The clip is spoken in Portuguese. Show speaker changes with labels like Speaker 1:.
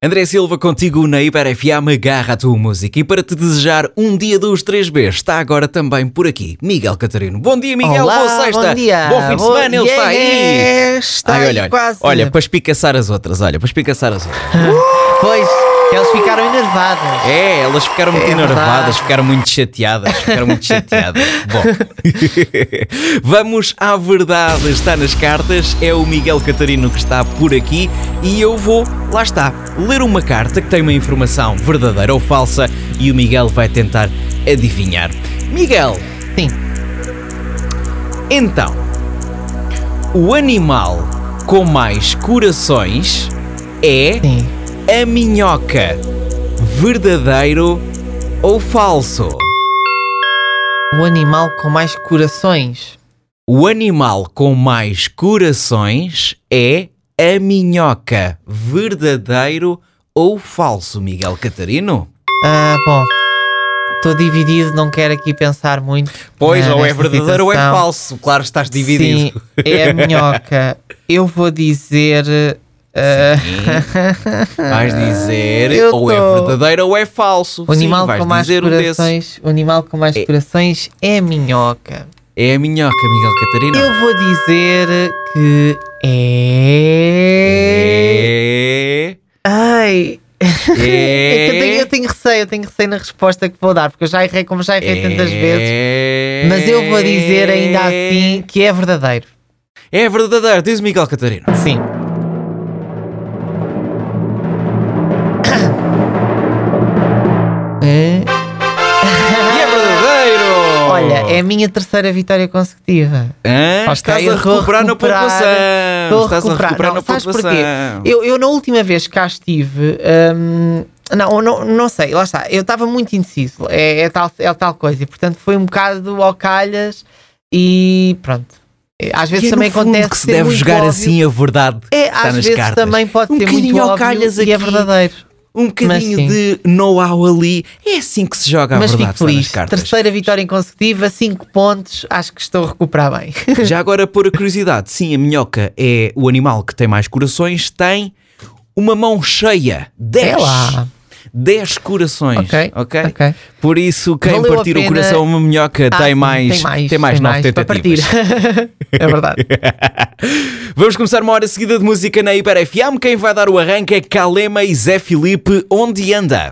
Speaker 1: André Silva contigo na Iber FM, agarra a tua música. E para te desejar um dia dos três Bs, está agora também por aqui Miguel Catarino. Bom dia, Miguel.
Speaker 2: Olá,
Speaker 1: boa sexta.
Speaker 2: bom dia.
Speaker 1: Bom fim de
Speaker 2: Bom-
Speaker 1: semana, ele está aí.
Speaker 2: Yeah, está
Speaker 1: Ai,
Speaker 2: aí
Speaker 1: olha, olha,
Speaker 2: quase.
Speaker 1: olha, para espicaçar as outras, olha, para espicaçar as outras.
Speaker 2: Pois, elas ficaram enervadas.
Speaker 1: É, elas ficaram muito
Speaker 2: É
Speaker 1: enervadas,
Speaker 2: verdade.
Speaker 1: ficaram muito chateadas, ficaram muito chateadas. Bom, vamos à verdade, está nas cartas, é o Miguel Catarino que está por aqui e eu vou, lá está, ler uma carta que tem uma informação verdadeira ou falsa e o Miguel vai tentar adivinhar. Miguel,
Speaker 2: Sim.
Speaker 1: então, o animal com mais corações é.
Speaker 2: Sim.
Speaker 1: A minhoca, verdadeiro ou falso?
Speaker 2: O Um animal com mais corações.
Speaker 1: O animal com mais corações é a minhoca, verdadeiro ou falso, Miguel Catarino?
Speaker 2: Ah, bom. Estou dividido, não quero aqui pensar muito.
Speaker 1: Pois,
Speaker 2: na-
Speaker 1: ou é
Speaker 2: nesta
Speaker 1: verdadeiro ou é
Speaker 2: situação.
Speaker 1: falso, claro, estás dividido.
Speaker 2: Sim, é a minhoca. Eu vou dizer. ah,
Speaker 1: Vais dizer
Speaker 2: Eu
Speaker 1: ou é
Speaker 2: tô-
Speaker 1: verdadeiro ou é falso.
Speaker 2: o animal
Speaker 1: Sim, vais
Speaker 2: com mais
Speaker 1: dizer um desses.
Speaker 2: corações. O animal com mais
Speaker 1: É.
Speaker 2: corações é a minhoca.
Speaker 1: É a minhoca, Miguel Catarino.
Speaker 2: Eu vou dizer que é.
Speaker 1: É...
Speaker 2: Ai. É que eu, tenho,
Speaker 1: É...
Speaker 2: eu tenho receio, eu tenho receio na resposta que vou dar, porque eu já errei como já errei tantas
Speaker 1: É?
Speaker 2: vezes. Mas eu vou dizer ainda assim que é verdadeiro.
Speaker 1: É verdadeiro, diz o Miguel Catarino.
Speaker 2: Sim. É.
Speaker 1: E é verdadeiro!
Speaker 2: Olha, é a minha terceira vitória consecutiva.
Speaker 1: Hã?
Speaker 2: Ok,
Speaker 1: Oh. Ah, estás a
Speaker 2: eu vou
Speaker 1: recuperar na
Speaker 2: recuperar.
Speaker 1: pontuação.
Speaker 2: Estou
Speaker 1: Estás a recuperar
Speaker 2: Não,
Speaker 1: na
Speaker 2: sabes
Speaker 1: pontuação.
Speaker 2: porquê? Eu, eu na última vez que cá estive. hum, não, não, não sei, lá está. Eu estava muito indeciso. É, é tal, é tal coisa. E portanto foi um bocado ao calhas e pronto. É, Às vezes
Speaker 1: E é
Speaker 2: também
Speaker 1: no fundo
Speaker 2: acontece.
Speaker 1: que se
Speaker 2: ser
Speaker 1: deve
Speaker 2: muito
Speaker 1: jogar
Speaker 2: óbvio.
Speaker 1: assim a verdade. que
Speaker 2: É,
Speaker 1: está
Speaker 2: às
Speaker 1: nas
Speaker 2: vezes
Speaker 1: cartas.
Speaker 2: também pode
Speaker 1: Um
Speaker 2: ser muito
Speaker 1: bocadinho ao
Speaker 2: óbvio
Speaker 1: calhas
Speaker 2: e é
Speaker 1: aqui.
Speaker 2: verdadeiro.
Speaker 1: Um
Speaker 2: Mas
Speaker 1: bocadinho
Speaker 2: sim.
Speaker 1: de know-how ali. É assim que se joga a
Speaker 2: Mas
Speaker 1: verdade
Speaker 2: fico
Speaker 1: que está nas
Speaker 2: feliz.
Speaker 1: cartas.
Speaker 2: Terceira vitória em consecutiva, 5 pontos. Acho que estou a recuperar bem.
Speaker 1: Já agora, por curiosidade, sim, a minhoca é o animal que tem mais corações, tem uma mão cheia. 10.
Speaker 2: É lá.
Speaker 1: 10 corações.
Speaker 2: Ok, ok.
Speaker 1: Por isso, quem
Speaker 2: Valeu a
Speaker 1: partir o
Speaker 2: pena.
Speaker 1: coração a uma minhoca
Speaker 2: Ah,
Speaker 1: tem,
Speaker 2: sim,
Speaker 1: mais,
Speaker 2: tem mais,
Speaker 1: tem mais 9
Speaker 2: tem mais para
Speaker 1: tentativas.
Speaker 2: partir. é verdade.
Speaker 1: Vamos começar uma hora seguida de música na Hiper FM. Quem vai dar o arranque é Kalema e Zé Filipe. Onde anda?